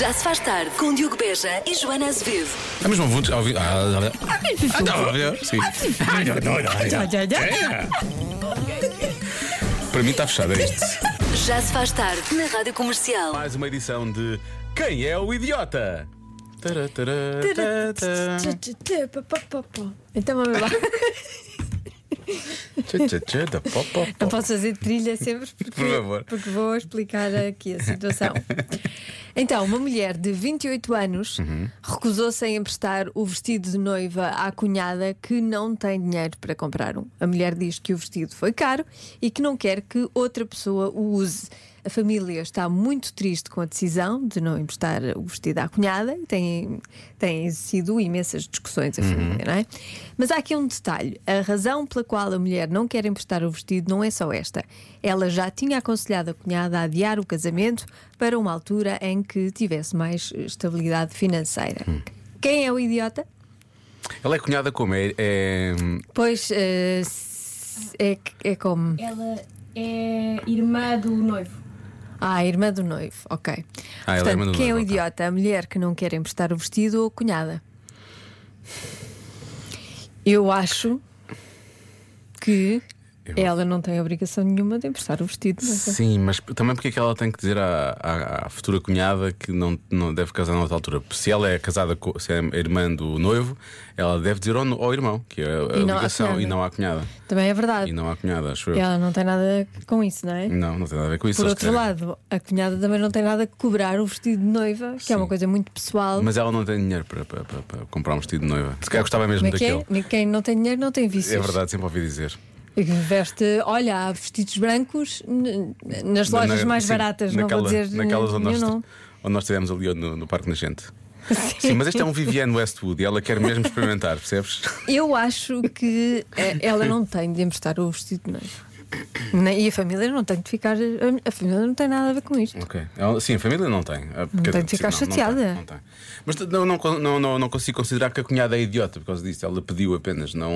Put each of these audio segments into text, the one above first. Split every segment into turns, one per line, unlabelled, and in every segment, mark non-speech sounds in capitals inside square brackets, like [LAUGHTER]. Já se faz tarde com Diogo Beja e Joana Azevedo.
Estamos não juntos ao vivo. Ah, ah, ah, não, ah, sim. Para mim está fechado, é isto.
Já se faz tarde na Rádio Comercial.
Mais uma edição de Quem é o Idiota? Tará, tará, tá, tá.
Então vamos lá.
Tchá, tchá, tchá, da pó, pó, pó.
Não posso fazer trilha sempre porque,
Por favor.
porque vou explicar aqui a situação. Então, uma mulher de 28 anos recusou-se a emprestar o vestido de noiva à cunhada que não tem dinheiro para comprar um. A mulher diz que o vestido foi caro e que não quer que outra pessoa o use. A família está muito triste com a decisão de não emprestar o vestido à cunhada e têm, têm sido imensas discussões a família, não é? Mas há aqui um detalhe: a razão pela qual a mulher não quer emprestar o vestido não é só esta. Ela já tinha aconselhado a cunhada a adiar o casamento para uma altura em que tivesse mais estabilidade financeira. Quem é o idiota?
Ela é cunhada como? É, é-
Pois eh, s- é, é como.
Ela é irmã do noivo.
Ah, a irmã do noivo, ok.
Ah, ela é
Portanto,
irmã do
quem é o
noivo, ok.
idiota? A mulher que não quer emprestar o vestido ou a cunhada? Eu acho que
Eu-
ela não tem obrigação nenhuma de emprestar o vestido. não é?
[LAUGHS] Sim, mas também porque é que ela tem que dizer à, à- à futura cunhada que não, não deve casar noutra altura? Porque Se ela é casada, com, se é irmã do noivo, ela deve dizer ao, no- ao irmão, que é a
E não à
obrigação,
cunhada.
e não à cunhada.
Também é
E
verdade.
não à cunhada, acho eu.
Ela não tem nada com isso, não é?
Não, não tem nada a ver com isso.
Por
eles
outro
querem.
lado, a cunhada também não tem nada que cobrar o vestido de noiva, que é uma
Sim.
coisa muito pessoal.
Mas ela não tem dinheiro para, para- para- para comprar um vestido de noiva. Se calhar gostava mesmo
Como é que
daquele.
é? Nem Quem não tem dinheiro não tem vícios.
É verdade, sempre ouvi dizer.
Veste, olha, há vestidos brancos n- n- nas lojas
Na-
mais
sim,
baratas, não vou dizer
naquelas onde nós,
nenhum nome.
onde nós estivemos ali no, no Parque
[LAUGHS]
Nascente. Sim. mas este é um Viviane Westwood e ela quer mesmo experimentar, percebes?
Eu acho que eh, ela não tem de emprestar o vestido de noiva. Nem- E a família não tem de ficar. a- A família não tem nada a ver com isto.
Ok. Ela- Sim, a família não tem. Ah,
Não
quer dizer,
tem de ficar
sim, não,
chateada.
Não tem, não tem. Mas não, não, con- não, não, não consigo considerar que a cunhada é idiota por causa disso. Ela pediu apenas, não.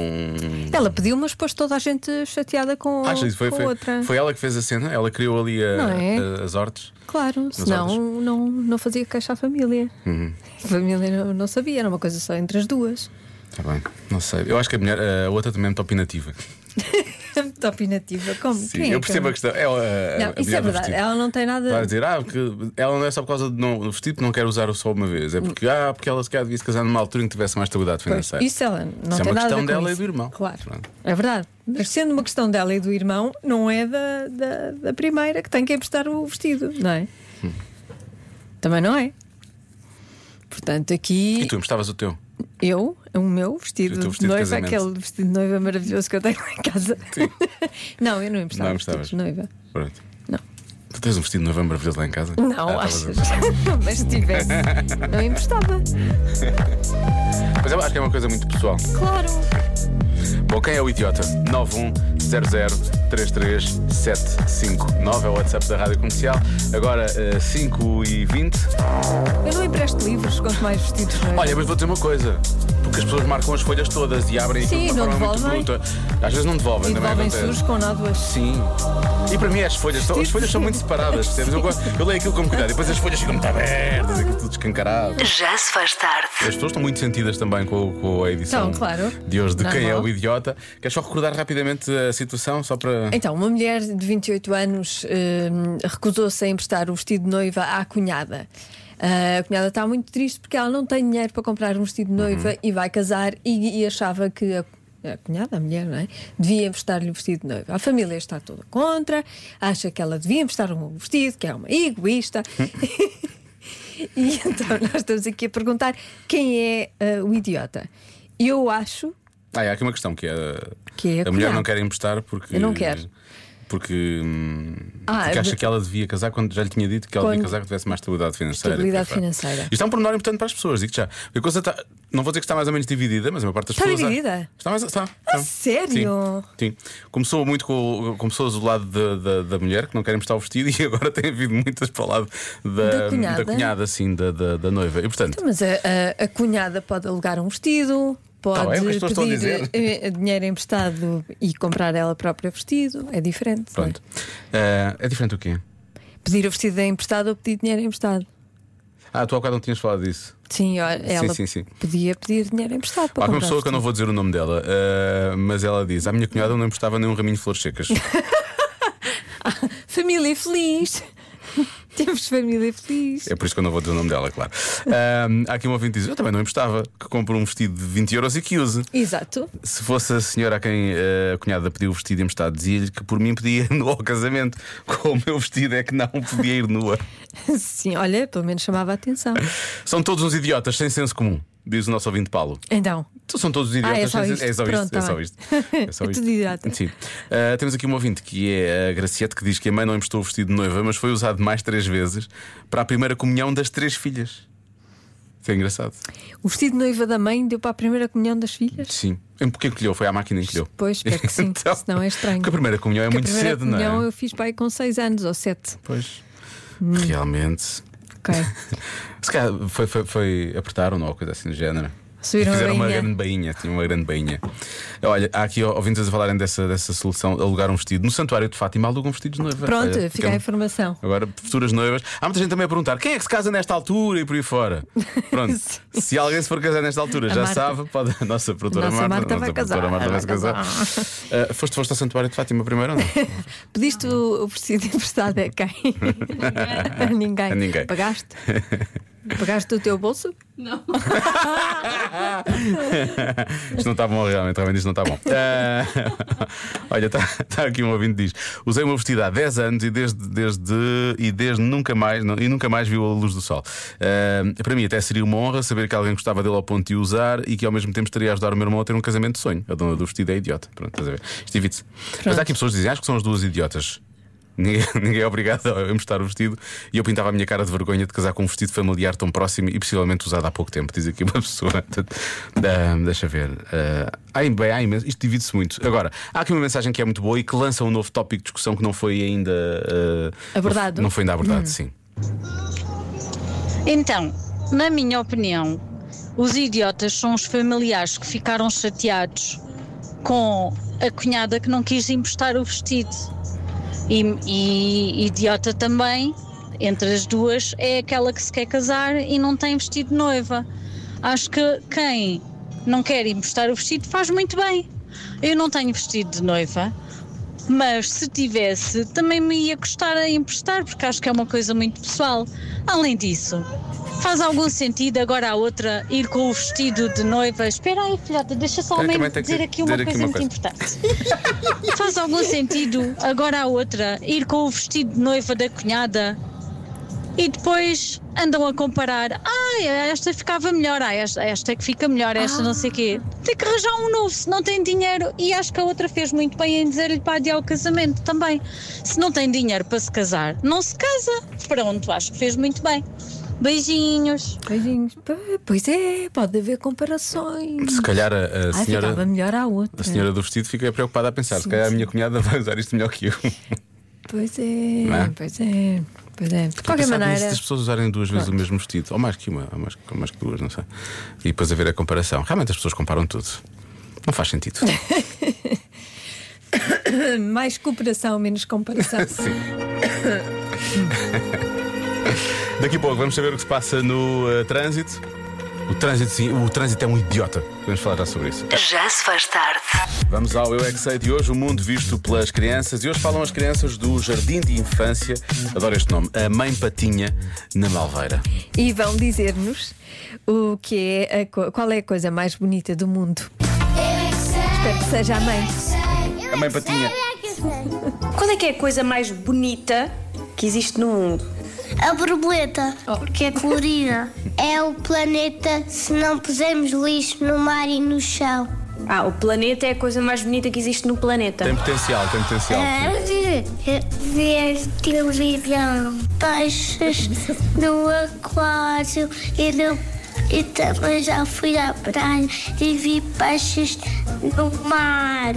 Ela pediu, mas pôs toda a gente chateada com,
Acha Ah, isso? Foi,
com
foi,
outra.
foi ela que fez a cena, ela criou ali a-
Não é?
a- as hortes.
Claro, senão
ordens.
não, não fazia queixa à família.
Uhum.
A família não, não sabia, era uma coisa só entre as duas. [LAUGHS]
Está Tá bem, não sei. Eu acho que a, mulher, a outra também é muito opinativa.
Muito opinativa. Como?
Sim,
Quem é
eu percebo a
que...
questão. É, a, a-
Não,
a
isso
mulher
é
do
verdade.
vestido.
Ela não tem nada.
Vai dizer, ah, porque ela não é só por causa do não- do vestido que não quer usar só uma vez. É porque, ah, porque ela se calhar devia se casar numa altura em que tivesse mais estabilidade
Hum. Pois,
financeira.
isso ela não
Isso é
tem
uma
nada a ver
questão
com
dela e
isso.
do irmão.
Claro.
Pronto.
É verdade. Mas sendo uma questão dela e do irmão, não é da, da, da primeira que tem que emprestar o vestido, não é?
Hum.
Também não é. Portanto,
E
aqui
tu emprestavas o teu?
eu, o meu vestido,
O teu
de
vestido de
noiva,
casamento.
aquele vestido de noiva maravilhoso que eu tenho lá em casa. [LAUGHS] não, eu não emprestava
Não
vestido de
emprestavas.
noiva.
Pronto.
Não.
Tu tens um vestido de novembro maravilhoso lá em casa?
Não,
Ah, estavas a
achas?
pensar.
[LAUGHS] Mas se tivesse, não emprestava.
Mas eu acho que é uma coisa muito pessoal.
Claro.
Bom, quem é o idiota? 910033759 é o WhatsApp da Rádio Comercial. Agora, 5 e 20
Eu não empresto livros, quanto mais vestidos de noiva.
Olha, mas vou dizer uma coisa. Porque as pessoas marcam as folhas todas e abrem
Sim,
aquilo de uma
não
forma muito
devolvem.
bruta. Às vezes não devolvem,
e
também
devolvem
acontece.
sujos com nádoas.
Sim. E para mim as folhas, são, as folhas são muito separadas, percebes? Eu, gosto- eu leio aquilo com cuidado, e depois as folhas ficam muito abertas, aquilo tudo escancarado.
Já se faz tarde.
As pessoas estão muito sentidas também com, com a edição
Estão, claro.
de hoje de quem é
Normal.
o idiota. Queres só recordar rapidamente a situação, só para.
Então, uma mulher de 28 anos hum, recusou-se a emprestar o vestido de noiva à cunhada. Ah, a cunhada está muito triste porque ela não tem dinheiro para comprar um vestido de noiva
Uhum.
e vai casar e, e achava que a, a cunhada, a mulher, não é? Devia emprestar-lhe o vestido de noiva. A família está toda contra, acha que ela devia emprestar um vestido, que é uma egoísta. [LAUGHS] E então nós estamos aqui a perguntar quem é ah, o idiota. Eu acho
Ah, e há aqui uma questão que é.
Que é
a mulher
cunhado.
não quer emprestar porque.
Eu não quero.
Porque, hum,
Ah,
porque acha
de-
que ela devia casar quando já lhe tinha dito que ela devia
Quando-
casar que tivesse mais estabilidade financeira.
Estabilidade
por aí fora.
financeira.
Isto é um pormenor importante para as pessoas, digo já. A coisa está, não vou dizer que está mais ou menos dividida, mas a maior parte das
Está
pessoas.
dividida? Ah,
Está mais. Está, está.
sério?
Sim, sim. Começou muito com. Começou do lado da, da, da mulher, que não quer emprestar o vestido, [LAUGHS] e agora tem havido muitas para o lado da,
Da cunhada.
assim, da, da, da noiva. E portanto.
Então, Mas a, a- a cunhada pode alugar um vestido,
Tá bem, é
pode
o que as pessoas estão a dizer.
pedir eh, dinheiro emprestado e comprar ela própria vestido, é diferente. não é?
Pronto. Ah, é diferente o quê?
Pedir o vestido emprestado ou pedir dinheiro emprestado.
Ah, tu há bocado não tinhas falado disso.
Sim, ó, ela
sim, sim.
podia pedir dinheiro emprestado para
Há uma
comprar.
pessoa que eu não vou dizer o nome dela, ah, mas ela diz: A minha cunhada não emprestava nenhum raminho de flores secas.
Família feliz. [LAUGHS] Temos família feliz.
É por isso que eu não vou dizer o nome dela, claro. Ah, há aqui um ouvinte que diz: Eu também não emprestava, que compro um vestido de 20 euros e que use.
Exato. [LAUGHS]
Se fosse a senhora a quem eh, a cunhada pediu o vestido emprestado, dizia-lhe que por mim [LAUGHS] podia ir nu ao casamento. Com o meu vestido é que não podia ir nua.
Sim, olha, pelo menos chamava a atenção.
São todos uns idiotas sem senso comum, diz o nosso ouvinte Paulo.
Então,
Tu- São todos idiotas
Ah, é só
sem
isto.
senso. É só
Pronto,
isto. É
tá
só
bem.
isto.
[LAUGHS]
É só
É
isto.
tudo idiota.
Sim. Ah, temos aqui um ouvinte que é a Graciete que diz que a mãe não emprestou o vestido de noiva, mas foi usado mais três vezes para a primeira comunhão das três filhas. Isso é engraçado.
o vestido de noiva da mãe deu para a primeira comunhão das filhas?
Sim. Em porque encolheu? Foi à máquina que encolheu.
Pois, espero que sim,
[LAUGHS] Então,
senão é estranho.
Porque a primeira comunhão é
Que a
muito
primeira
cedo,
comunhão Hum.
não é?
eu fiz pai com 6 anos ou 7.
Pois. Realmente.
[LAUGHS] Ok.
Se calhar foi, foi, foi apertaram-no ou coisa assim do género.
Subiram a
Fizeram uma
bainha.
grande bainha, tinha uma grande bainha. Olha, há aqui ouvintes a falarem dessa, dessa solução, alugar um vestido. No santuário de Fátima alugam vestidos de noiva.
Pronto,
Olha,
fica a informação.
Agora, futuras noivas. Há muita gente também a perguntar quem é que se casa nesta altura e por aí fora.
[LAUGHS]
Pronto, se alguém se for casar nesta altura,
A
já
Marta.
sabe, pode a nossa produtora
A nossa Marta
a nossa
vai casar.
produtora Marta vai se casar. Ah, foste, foste ao santuário de Fátima primeiro ou não?
Pediste o, o vestido [LAUGHS] emprestado a
[LAUGHS]
quem? a ninguém.
A ninguém. [LAUGHS]
Pagaste? Pagaste do teu bolso?
Não.
Isto não está bom, realmente, realmente isto não está bom. Ah, [LAUGHS] olha, está está aqui um ouvinte que diz: Usei o meu vestido há 10 anos e desde, desde, e desde nunca mais não- e nunca mais viu a luz do sol. Ah, para mim, até seria uma honra saber que alguém gostava dele ao ponto de o usar e que ao mesmo tempo estaria a ajudar o meu irmão a ter um casamento de sonho. A dona do vestido é idiota. Pronto, estás a ver? Isto evite-se. Mas há aqui pessoas que dizem: Acho que são as duas idiotas. Ninguém, [LAUGHS] ninguém é obrigado a emprestar o vestido e eu pintava a minha cara de vergonha de casar com um vestido familiar tão próximo e possivelmente usado há pouco tempo, diz aqui uma [LAUGHS] pessoa. Portanto, ah, deixa ver. Ah, há im- bem, há imenso. Isto divide-se muito. Agora, há aqui uma mensagem que é muito boa e que lança um novo tópico de discussão que não foi ainda ah,
Abordado. Hum.
Não foi ainda abordado, sim.
Então, na minha opinião, os idiotas são os familiares que ficaram chateados com a cunhada que não quis emprestar o vestido. E, e idiota também, entre as duas, é aquela que se quer casar e não tem vestido de noiva. Acho que quem não quer emprestar o vestido faz muito bem. Eu não tenho vestido de noiva, mas se tivesse, também me ia custar a emprestar, porque acho que é uma coisa muito pessoal. Além disso, faz algum sentido agora a outra ir com o vestido de noiva? Espera aí, filhota, deixa só ao
Espera que também
meio
tem que
dizer
ser-
aqui uma
dizer aqui
coisa
uma
muito importante. faz algum sentido agora a outra ir com o vestido de noiva da cunhada? E depois andam a comparar. Ah, esta ficava melhor, ah, esta, esta é que fica melhor, esta não sei o quê. Tem que arranjar um novo se não tem dinheiro. E acho que a outra fez muito bem em dizer-lhe para adiar o casamento também. Se não tem dinheiro para se casar, não se casa. Pronto, acho que fez muito bem. Beijinhos.
Beijinhos. Pá, Pois é, pode haver comparações.
Se calhar a, a
Ai,
senhora.
ficava melhor à outra.
A senhora do vestido fica preocupada a pensar: se calhar a minha cunhada vai usar isto melhor que eu.
Pois é,
é?
pois é, pois é. De
Pensar
qualquer
nisso,
maneira,
Tipo, das pessoas usarem duas vezes o mesmo vestido, ou mais que uma, ou mais, ou mais que duas, não sei. E depois haver a comparação. Realmente as pessoas comparam tudo. Não faz
[LAUGHS]
sentido.
mais cooperação, menos comparação.
[LAUGHS] Sim. [LAUGHS] Daqui a pouco vamos saber o que se passa no eh, trânsito. O trânsito, sim, o trânsito é um idiota. Vamos falar já sobre isso.
Já se faz tarde.
Vamos ao Eu é que Sei de hoje, o mundo visto pelas crianças. E hoje falam as crianças do Jardim de Infância, adoro este nome, a Mãe Patinha na Malveira.
e vão dizer-nos o que é a co- qual é a coisa mais bonita do mundo. Espero que seja a mãe.
A Mãe Patinha.
Qual é que é a coisa mais bonita que existe no mundo?
A borboleta, porque é colorida. É o planeta se não pusermos lixo no mar e no chão.
Ah, o planeta é a coisa mais bonita que existe no planeta.
Tem potencial, tem potencial.
É,
Ver televisão, peixes no aquário e, no- e também já fui à praia e vi peixes no mar.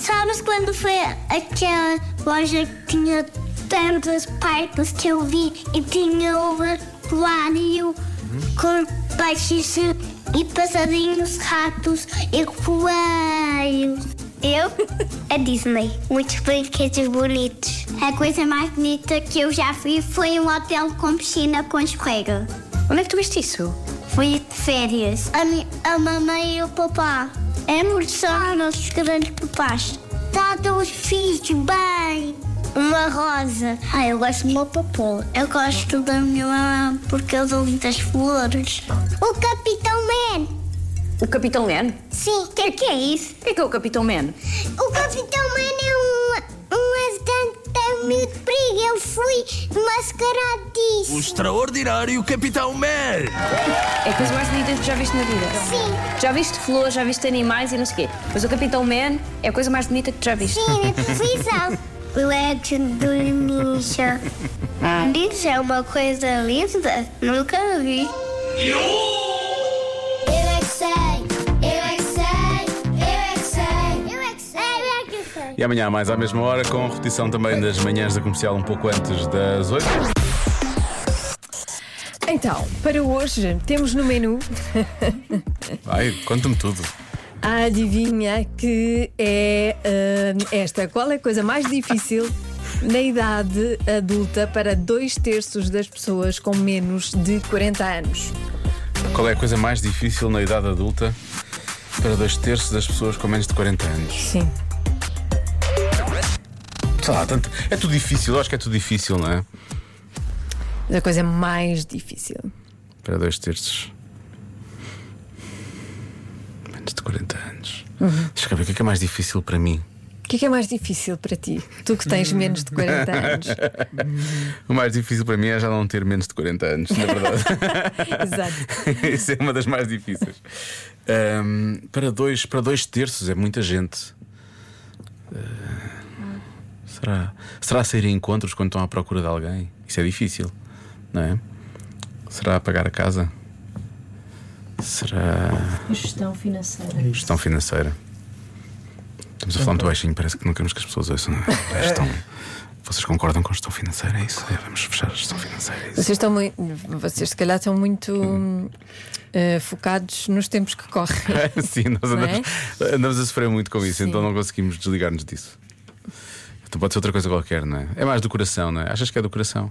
Sabes quando foi aquela loja que tinha tantas partes que eu vi e tinha o aquário com peixes e passarinhos, ratos e coelhos? Eu? A Disney. Muitos brinquedos bonitos. A coisa mais bonita que eu já vi foi um hotel com piscina com escorrega.
Onde é que tu viste isso?
Fui de férias. A, mi- a mamãe e o papá. É Ambos são nossos grandes papás. Tratam os filhos bem. Uma rosa. Ah, eu gosto do meu papô. Eu gosto da minha mamãe porque eu dou muitas flores. O Capitão Man.
O Capitão Man?
Sim. O que, é isso?
O que é que é o Capitão Man?
O Capitão Man é um, um ajudante muito perigo. Eu fui mascarado disso.
O extraordinário Capitão Man!
É a coisa mais bonita que já viste na vida.
Sim.
Já viste flores, já viste animais e não sei o quê. Mas o Capitão Man é a coisa mais bonita que tu já viste.
é
Sim, televisão. [LAUGHS] Legend do Ninja.
Ah.
Ninja é uma coisa linda? Nunca vi. Eu é que sei, eu é que sei, eu é que sei, eu é que sei, eu é que sei.
E amanhã, mais à mesma hora, com repetição também das manhãs da comercial, um pouco antes das 8.
Então, para hoje temos no menu
Ai, conta-me tudo.
a adivinha que é ah, esta. Qual é a coisa mais difícil na idade adulta para dois terços das pessoas com menos de 40 anos?
Qual é a coisa mais difícil na idade adulta para dois terços das pessoas com menos de 40 anos?
Sim.
Sei lá, tanto. É tudo difícil, eu acho que é tudo difícil, não é?
A coisa mais difícil.
Para dois terços. Menos de 40 anos. Deixa eu ver o que é, que é mais difícil para mim.
O que é que é mais difícil para ti? Tu que tens menos de 40 anos.
O mais difícil para mim é já não ter menos de 40 anos, na verdade.
Exato.
[LAUGHS] Isso é uma das mais difíceis. Ahm, para, dois, para dois terços é muita gente. Ah, será, será sair a encontros quando estão à procura de alguém? Isso é difícil, não é? Será pagar a casa? Será É
A gestão financeira.
gestão financeira? Estamos a falar muito baixinho, parece que não queremos que as pessoas ouçam. não
[LAUGHS]
é? A gestão- Vocês concordam com a gestão financeira? É isso? É, vamos fechar a gestão financeira. É isso?
Vocês estão muito. Vocês se calhar estão muito hum, eh, focados nos tempos que correm.
[LAUGHS]
[LAUGHS]
Sim, nós
Não é?
andamos, andamos a sofrer muito com isso,
Sim.
então não conseguimos desligar-nos disso. Então pode ser outra coisa qualquer, não é? É mais do coração, não é? Achas que é do coração?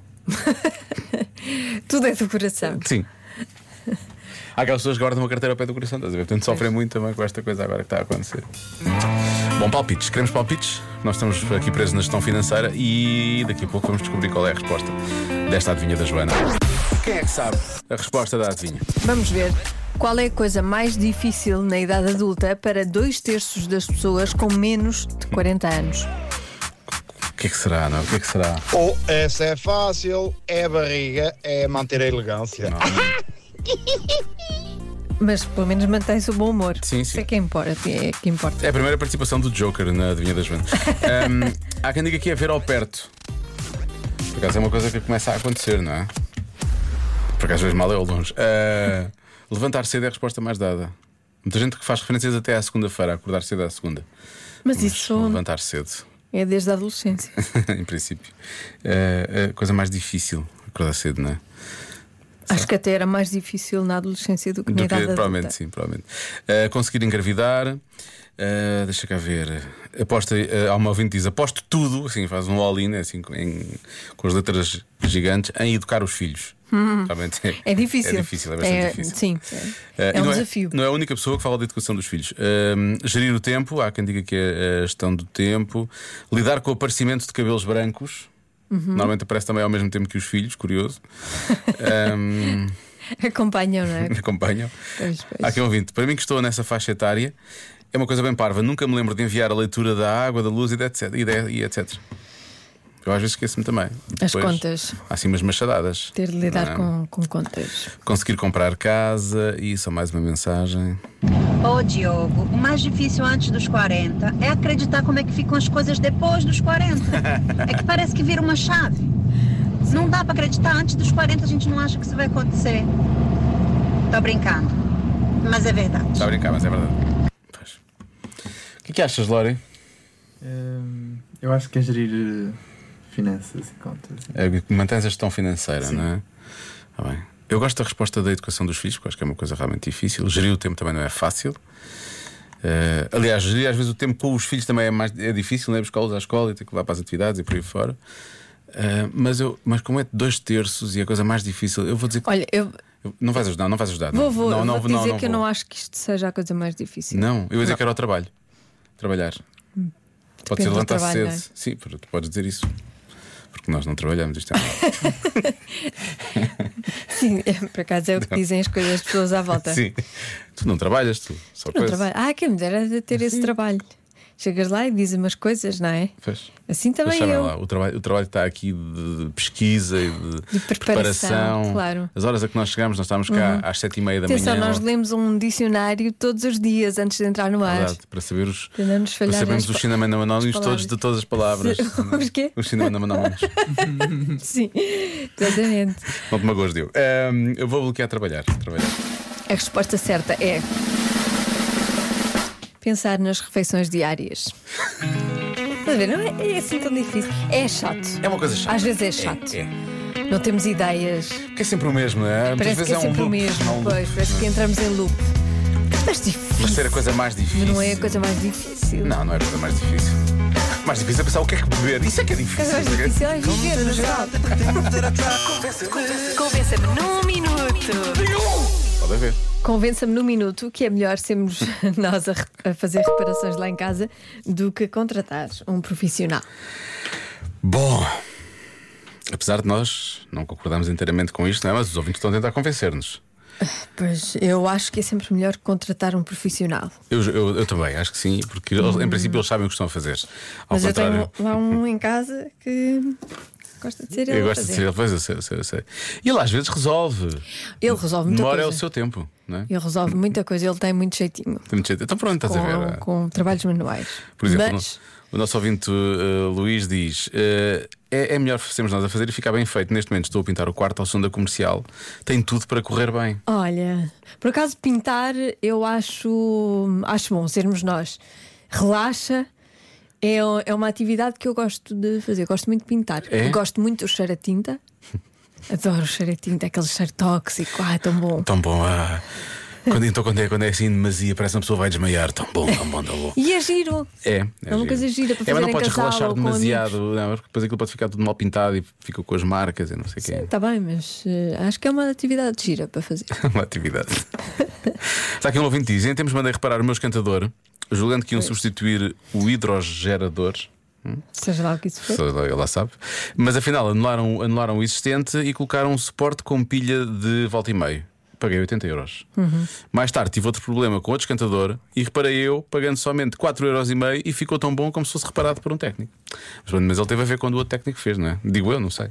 Tudo é do coração.
Sim. Há aquelas pessoas que guardam uma carteira ao pé do coração, estás a ver? Portanto, sofrem muito também com esta coisa agora que está a acontecer. Bom, palpites, queremos palpites. Nós estamos aqui presos na gestão financeira e daqui a pouco vamos descobrir qual é a resposta desta adivinha da Joana. Quem é que sabe a resposta da adivinha?
Vamos ver. Qual é a coisa mais difícil na idade adulta para dois terços das pessoas com menos de 40 anos?
O que é que será, não é? O que é que será?
Oh, essa é fácil, é a barriga, é manter a elegância.
é
Mas pelo menos mantém-se o bom humor.
Sim,
Isso
sim.
é que importa. É que importa.
É a primeira participação do Joker na Adivinha das Vendas. Ahm, há quem diga que é ver ao perto. Por acaso é uma coisa que começa a acontecer, não é? Por acaso vejo mal é ao longe. Ah, levantar cedo é a resposta mais dada. Muita gente que faz referências até à segunda-feira, acordar cedo à segunda.
Mas
Não
isso
Levantar cedo, [LAUGHS]
é desde a adolescência.
em princípio. Ah, a coisa mais difícil, acordar cedo, não é?
Acho que até era mais difícil na adolescência do que na
Do que-
idade
provavelmente,
adulta.
sim, provavelmente. Ah, conseguir engravidar. ah, deixa cá ver. Aposta, ah, há uma ouvinte que diz: aposto tudo, assim, faz um all-in, assim, com- em- com as letras gigantes, em educar os filhos. Realmente
É
É
difícil.
difícil, é bastante difícil.
Sim.
Ah,
É,
e
um
não
desafio.
não é a única pessoa que fala da educação dos filhos. Ah, gerir o tempo, há quem diga que é a gestão do tempo. Lidar com o aparecimento de cabelos brancos.
Uhum.
Normalmente aparece também ao mesmo tempo que os filhos, curioso. [LAUGHS] Ah,
Acompanham,
[LAUGHS]
não é?
acompanham.
Pois, pois.
Há quem ouvinte, para mim que estou nessa faixa etária, é uma coisa bem parva. Nunca me lembro de enviar a leitura da água, da luz e de etc. E, de- e etc. Eu às vezes esqueço-me também.
As
Depois,
contas.
Há assim umas machadadas.
Ter de
Não
lidar
é?
com, com contas.
Conseguir comprar casa e só mais uma mensagem.
Ô Diogo, o mais difícil antes dos 40 é acreditar como é que ficam as coisas depois dos 40. É que parece que vira uma chave. Não dá pra acreditar, antes dos 40 a gente não acha que isso vai acontecer. Tô brincando. Mas é verdade.
Está a brincar, mas é verdade. Pois. O que é que achas, Lori?
eu acho que é gerir finanças e contas.
É, que Mantens a gestão financeira, não é? Ah, bem. Eu gosto da resposta da educação dos filhos, porque acho que é uma coisa realmente difícil. Gerir o tempo também não é fácil. Eh, aliás, gerir às vezes o tempo com os filhos também é, mais, é difícil, não é? Buscá-los à escola e ter que levar para as atividades e por aí fora. Eh, mas, eu, mas como é de dois terços e a coisa é mais difícil, eu vou dizer que
Olha, eu,
eu Não vais ajudar, não vais ajudar.
Vou, vou,
não,
vou dizer que eu
vou.
não acho que isto seja a coisa mais difícil.
Não, eu ia dizer que era o trabalho. Trabalhar.
Hum,
Pode ser
depende do
levantar
trabalho,
cedo.
não é?
Sim, porque tu podes dizer isso. Porque nós não trabalhamos, isto é mau.
Sim, é, por acaso é o que
Não.
dizem as coisas das pessoas à
[LAUGHS]
volta.
Sim. Tu não trabalhas, tu. Só
Não
coisa.
trabalho. Ah, quem me dera de ter esse trabalho. Chegas lá e dizes umas coisas, não é?
Fez.
Assim
Mas
também
sabem
eu.
lá, o trabalho, o trabalho está aqui de pesquisa e de,
De preparação, claro.
As horas a que nós chegamos, nós estávamos cá
Uhum.
às sete e meia da
Atenção,
manhã.
nós lemos um dicionário todos os dias antes de entrar no ar.
Verdade, para saber os.
Para não nos
Para
falhar
sabermos
as
os
pa-
cinnamon
as
anónimos
palavras.
todos de
[LAUGHS]
todas as palavras.
Os quê?
Os cinnamon anónimos.
[LAUGHS] Sim, exatamente.
Não te magoas, Diogo. Ahm, eu vou bloquear trabalhar. trabalhar.
A resposta certa é. Pensar nas refeições diárias. Estás a ver? Não é, é assim tão difícil. É chato.
É uma coisa chata.
Às vezes é chato.
É,
Não temos ideias.
Porque é sempre o mesmo, não é? Muitas
parece
vezes
que é,
um
sempre o
loop,
mesmo.
não é um loop.
pois, parece que entramos em loop. Mas difícil.
Mas ser a coisa mais difícil.
Não é a coisa mais difícil.
Não, não é a coisa mais difícil. Mais difícil é pensar o que é que beber. Isso é que é
A
difícil.
coisa mais difícil é viver no geral.
Convença-me num minuto.
Pode haver.
Convença-me num minuto que é melhor sermos [LAUGHS] nós a, re- a fazer reparações lá em casa do que contratar um profissional.
Bom, apesar de nós não concordarmos inteiramente com isto, não é? mas os ouvintes estão a tentar convencer-nos.
Pois eu acho que é sempre melhor contratar um profissional.
Eu, eu- eu também, acho que sim, porque eles, em princípio eles sabem o que estão a fazer. Ao
Mas eu
contrário.
tenho lá um em casa que gosta de ser ele.
eu
a
gosto de
fazer.
ser ele, pois eu sei, eu sei, eu sei. E ele às vezes resolve.
Ele resolve muita
Demora é
coisa.
o seu tempo, não é?
Ele resolve muita coisa, ele tem muito jeitinho.
Tem muito jeito. Então pronto, estás a ver.
Com, com trabalhos manuais.
Por exemplo, o
Mas-
nosso- o nosso ouvinte eh, Luís diz: eh, é, é melhor sermos nós a fazer e ficar bem feito. Neste momento estou a pintar o quarto ao som da comercial. Tem tudo para correr bem.
Olha, por acaso pintar eu acho, acho bom sermos nós. Relaxa. É, é uma atividade que eu gosto de fazer. Eu Gosto muito de pintar.
É?
Gosto muito do cheiro
[LAUGHS]
a tinta. Adoro o cheiro a tinta, aquele cheiro tóxico. Ah, é tão bom.
Tão bom. ah. Quando, então, quando, é, quando é assim em demasia, parece que uma pessoa vai desmaiar. Tão bom, tão bom, tão bom.
E é giro.
É,
É uma
giro.
coisa gira para
É, mas
fazer
não
em
podes
casal
relaxar
ou com
demasiado, não, porque depois aquilo pode ficar tudo mal pintado e fica com as marcas e não sei o [LAUGHS] quê.
Está Tá bem, mas eh, acho que é uma atividade gira
[LAUGHS]
para fazer.
É uma
[LAUGHS]
atividade. Está aqui um ouvinte que diz: em tempos mandei reparar o meu esquentador, julgando que iam substituir o hidrogerador. Hum?
Seja lá o que isso for.
Só Ela ela sabe. Mas afinal, anularam, anularam o existente e colocaram um suporte com pilha de volta e meio. Paguei 80 euros.
Uhum.
Mais tarde tive outro problema com outro escantador e reparei eu pagando somente 4,5 euros e ficou tão bom como se fosse reparado por um técnico. Mas, pronto, mas ele teve a ver quando o outro técnico fez, não é? Digo eu, não sei.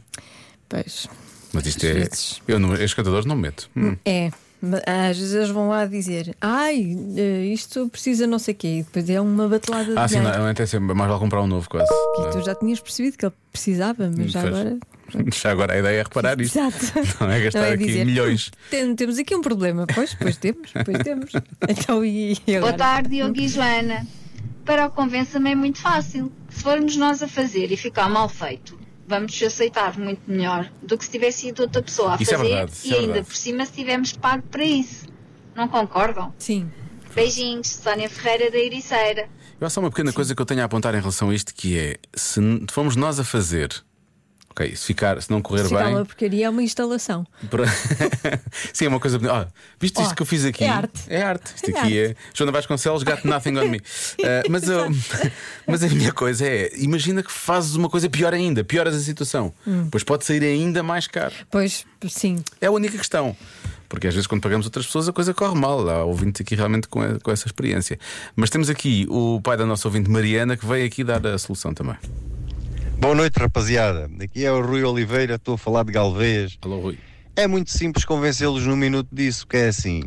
Pois.
Mas isto é. Eu não, escantadores não me meto. Hum.
É. mas Às vezes eles vão lá dizer Ai, eh, isto precisa não sei o quê E depois é uma batelada de
Ah, sim,
dinheiro.
não, não, até sempre. Mais vale comprar um novo quase. não é?
Tu já tinhas percebido que ele precisava, mas já
Faz.
agora.
[LAUGHS] Já agora a ideia é reparar isto.
Exato.
Não é gastar
Não é
aqui
dizer,
milhões.
[LAUGHS] Tem- temos aqui um problema. Pois, pois temos,
[LAUGHS]
pois temos. Então, e e
Boa
agora?
tarde, Diogo e Joana. Para o convença-me é muito fácil. Se formos nós a fazer e ficar mal feito, vamos aceitar muito melhor do que se tivesse sido outra pessoa a
Isso é
fazer
verdade, isso
e
é
ainda
verdade.
por cima se tivermos pago para isso. Não concordam?
Sim.
Beijinhos, Sónia Ferreira da Ericeira.
Eu há só uma pequena coisa que eu tenho a apontar em relação a isto que é se n- formos nós a fazer, ok, se ficar, se não correr
Se dá uma
bem.
porcaria, é uma instalação.
pra- [LAUGHS] Sim, é uma coisa. Ah, viste isto
Ó,
que eu fiz aqui?
é arte.
É arte. Isto
É
aqui é. Joana Vasconcelos, got nothing
[LAUGHS]
on me. Ah, mas, eu- [LAUGHS] mas a minha coisa é: imagina que fazes uma coisa pior ainda, pioras a situação.
Hum.
Pois pode sair ainda mais caro.
Pois, sim.
É a única questão. Porque às vezes, quando pagamos outras pessoas, a coisa corre mal. Há ouvintes aqui realmente com, com essa experiência. Mas temos aqui o pai da nossa ouvinte Mariana, que veio aqui dar a solução também.
Boa noite, rapaziada. Aqui é o Rui Oliveira, estou a falar de Galvez.
Alô, Rui.
É muito simples convencê-los num minuto disso, que é assim.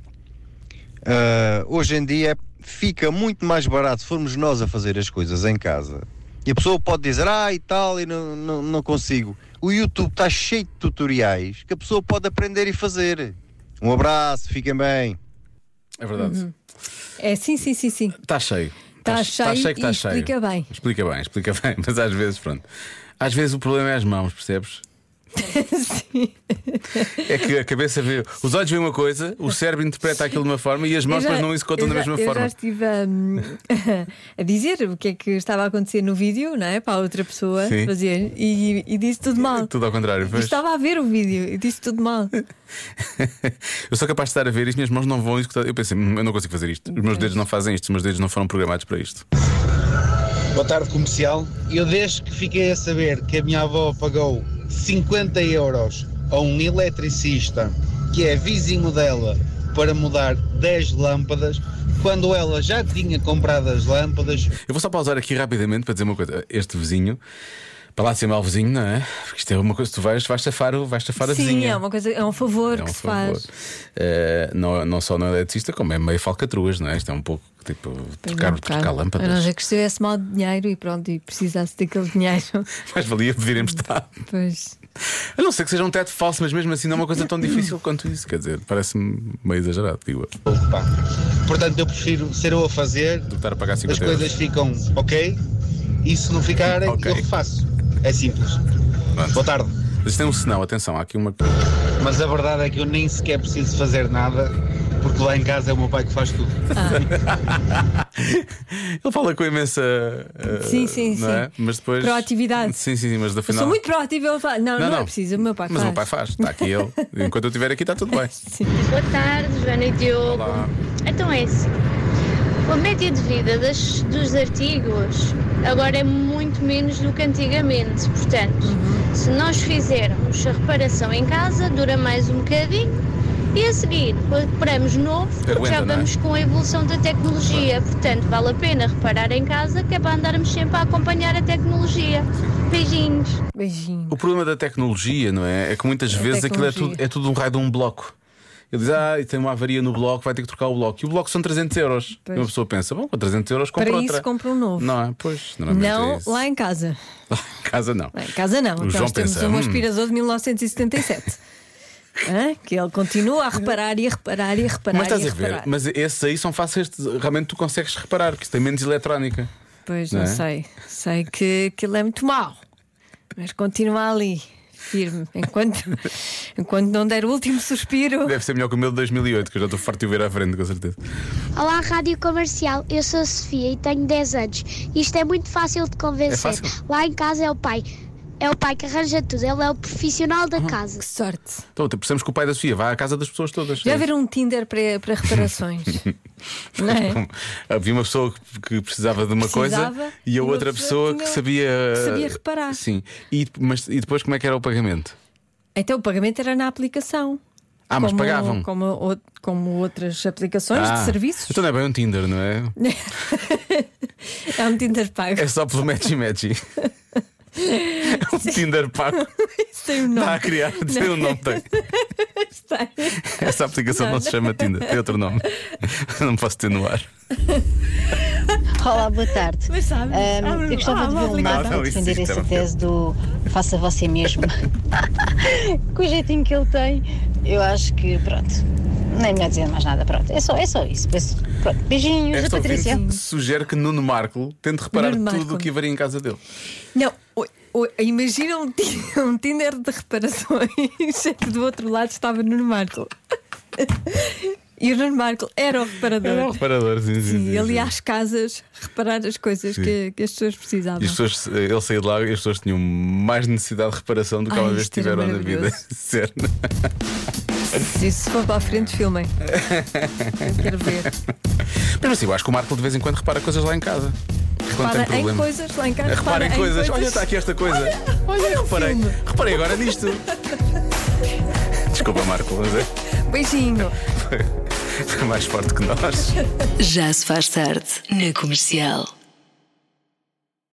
ah, hoje em dia fica muito mais barato se formos nós a fazer as coisas em casa. E a pessoa pode dizer, ah, e tal, e não, não, não consigo. O YouTube está cheio de tutoriais que a pessoa pode aprender e fazer. Um abraço, fiquem bem.
É verdade.
Uhum. É, sim, sim, sim, sim.
Está cheio.
Está
Está
cheio,
Tá cheio que está
e
cheio.
explica bem. [LAUGHS]
Explica bem, explica bem. Mas às vezes, pronto. Às vezes o problema é as mãos, percebes? É que a cabeça vê. Os olhos veem uma coisa, o cérebro interpreta aquilo de uma forma e as mãos
Eu já-
depois não executam
eu
da
já-
mesma
eu
forma.
já estive hum, [LAUGHS] a, dizer o que é que estava a acontecer no vídeo, não é? Para a outra pessoa
Sim.
fazer e, e disse tudo mal.
Tudo ao contrário.
E
pois.
Estava a ver o vídeo e disse tudo mal.
[LAUGHS] Eu sou capaz de estar a ver isto, minhas mãos não vão executar. Eu pensei, "Hum, eu não consigo fazer isto. Os meus
É.
dedos não fazem isto, os meus dedos não foram programados para isto.
Boa tarde, comercial. Eu desde que fiquei a saber que a minha avó pagou 50 euros a um eletricista que é vizinho dela para mudar 10 lâmpadas, quando ela já tinha comprado as lâmpadas,
Eu vou só pausar aqui rapidamente para dizer uma coisa. Este vizinho, para lá de cima é o vizinho, não é? Porque isto é uma coisa, tu vais, vais safar, o- vais safar a
Sim,
vizinha.
é uma coisa, é um favor
É um
que se
favor.
faz.
Eh, não, não só no eletricista, como é meio falcatruas, não é? Isto é um pouco tipo trocar,
um bocado.
trocar
A não
lâmpadas. [LAUGHS]
ser que estivesse mal de dinheiro e pronto, e precisasse daquele [LAUGHS] dinheiro.
Mas valia pedir emprestado.
Pois.
A não ser que seja um teto falso, mas mesmo assim não é uma coisa tão difícil quanto isso. Quer dizer, parece-me meio exagerado, digo eu.
portanto eu prefiro ser eu a fazer,
Estar a pagar
as
50 euros.
coisas ficam ok, e se não ficarem, eu refaço. É simples.
Boa
tarde.
Mas isto é um sinal, atenção, há aqui uma.
Mas a verdade é que eu nem sequer preciso fazer nada, porque lá em casa é o meu pai que faz tudo.
Ele fala com imensa. eh,
Sim, sim,
não
sim.
É? Mas depois.
Proatividade.
Sim, sim, sim, mas
Eu
afinal.
sou muito proativa, ele fala. Não,
Não,
não,
não.
é preciso, o meu pai
Mas o
faz.
meu pai faz, está aqui
[LAUGHS]
ele. Enquanto eu estiver aqui, está tudo bem.
Boa tarde, Joana e Diogo.
Olá.
Então é assim. A média de vida das- dos artigos agora é muito menos do que antigamente. Portanto,
Uhum.
se nós fizermos a reparação em casa, dura mais um bocadinho e a seguir reparamos novo, porque
Aguenta,
já
não é?
vamos com a evolução da tecnologia. Portanto, vale a pena reparar em casa, que é para andarmos sempre a acompanhar a tecnologia. Beijinhos.
Beijinhos.
O problema da tecnologia, não é? É que muitas vezes aquilo é
tecnologia.
tudo, é tudo um raio de um bloco. Ele diz, ah, tem uma avaria no bloco, vai ter que trocar o bloco. E o bloco são 300 euros.
Pois.
E uma pessoa pensa, bom, com 300 euros compra
Para
outra.
isso compra um novo.
Não é? Pois, normalmente é
Não,
isso. [LAUGHS]
lá em casa.
Em casa não.
Em casa não.
O
Então
João
nós temos
pensa,
um
"Hum."
aspirador
[LAUGHS]
de 1977. Hã? Que ele continua a reparar e a reparar e a reparar.
Mas estás
e
a ver,
reparar.
mas esses aí são fáceis, de- realmente tu consegues reparar, porque isso tem menos eletrónica.
Pois
Não
não,
é?
sei. Sei que aquilo é muito mau. Mas continua ali, firme.
[LAUGHS]
Enquanto, enquanto não der o último suspiro.
Deve ser melhor que o meu de 2008, que eu já estou farto de o ver à frente, com certeza.
[LAUGHS] Olá, Rádio Comercial. Eu sou a Sofia e tenho 10 anos. Isto é muito fácil de convencer.
É fácil.
Lá em casa é o pai. É o pai que arranja tudo. Ele é o profissional da casa. Que
sorte.
Então, precisamos que o pai da Sofia vá à casa das pessoas todas.
Já haver um Tinder para, para
[LAUGHS]
reparações. não é?
Então, Havia uma pessoa que- que precisava de uma
Precisava,
coisa e a
uma
outra pessoa
pessoa
que
tinha-
sabia.
que sabia reparar.
Sim. E, mas, e depois como é que era o pagamento?
Então o pagamento era na aplicação.
Ah, mas
Como-
pagavam.
Como, ou- como outras aplicações
Ah,
de serviços.
Então não é bem um Tinder, não é?
É um Tinder pago. [LAUGHS]
É só pelo Matchy Matchy. É um Tinder pago.
Isso tem um nome.
Está a criar, tem um nome. Tem.
Está.
Essa aplicação não,
Não,
se
não.
chama Tinder, tem outro
[LAUGHS]
nome. Não posso ter no ar.
Olá, boa tarde. Ahm, eu gostava
ah,
de
uma
ver um o Marco
aplicação.
Não, isso
defender
existe, é
essa
uma
tese do faça você mesmo. [LAUGHS] Com o jeitinho que ele tem, eu acho que, pronto, não é melhor dizer mais nada. Pronto, é só, é só isso. Mas, pronto, beijinhos, a
Esta
Patrícia.
ouvinte sugere que Nuno Marco tente reparar
Nuno
tudo
Marco.
o que haveria em casa dele.
Não, o- o- imagina um, ti- [LAUGHS] um Tinder de reparações [LAUGHS] só que do outro lado estava Nuno Marco. [LAUGHS] E o Nuno Marco era o reparador.
Era um reparador, sim, sim. sim,
E ele
sim.
ia às casas reparar as coisas
Sim.
que, que as pessoas precisavam.
E as pessoas, eh, ele saiu de lá e as pessoas tinham mais necessidade de reparação do que
Ai,
uma vez
isto era
tiveram na vida. [LAUGHS]
maravilhoso.
Sério.
Se isso for para a
[LAUGHS]
frente, filmem. Quero ver.
Mas assim, eu acho que o Marco de vez em quando repara coisas lá em casa. Quando tem
Repara em
problema.
coisas lá em casa.
Repara, em coisas. Olha, tá está aqui esta coisa. Olha, reparei. Reparei agora
[LAUGHS]
nisto. Desculpa, Marco, mas é-
Beijinho.
foi mais forte que nós.
Já se faz tarde na comercial.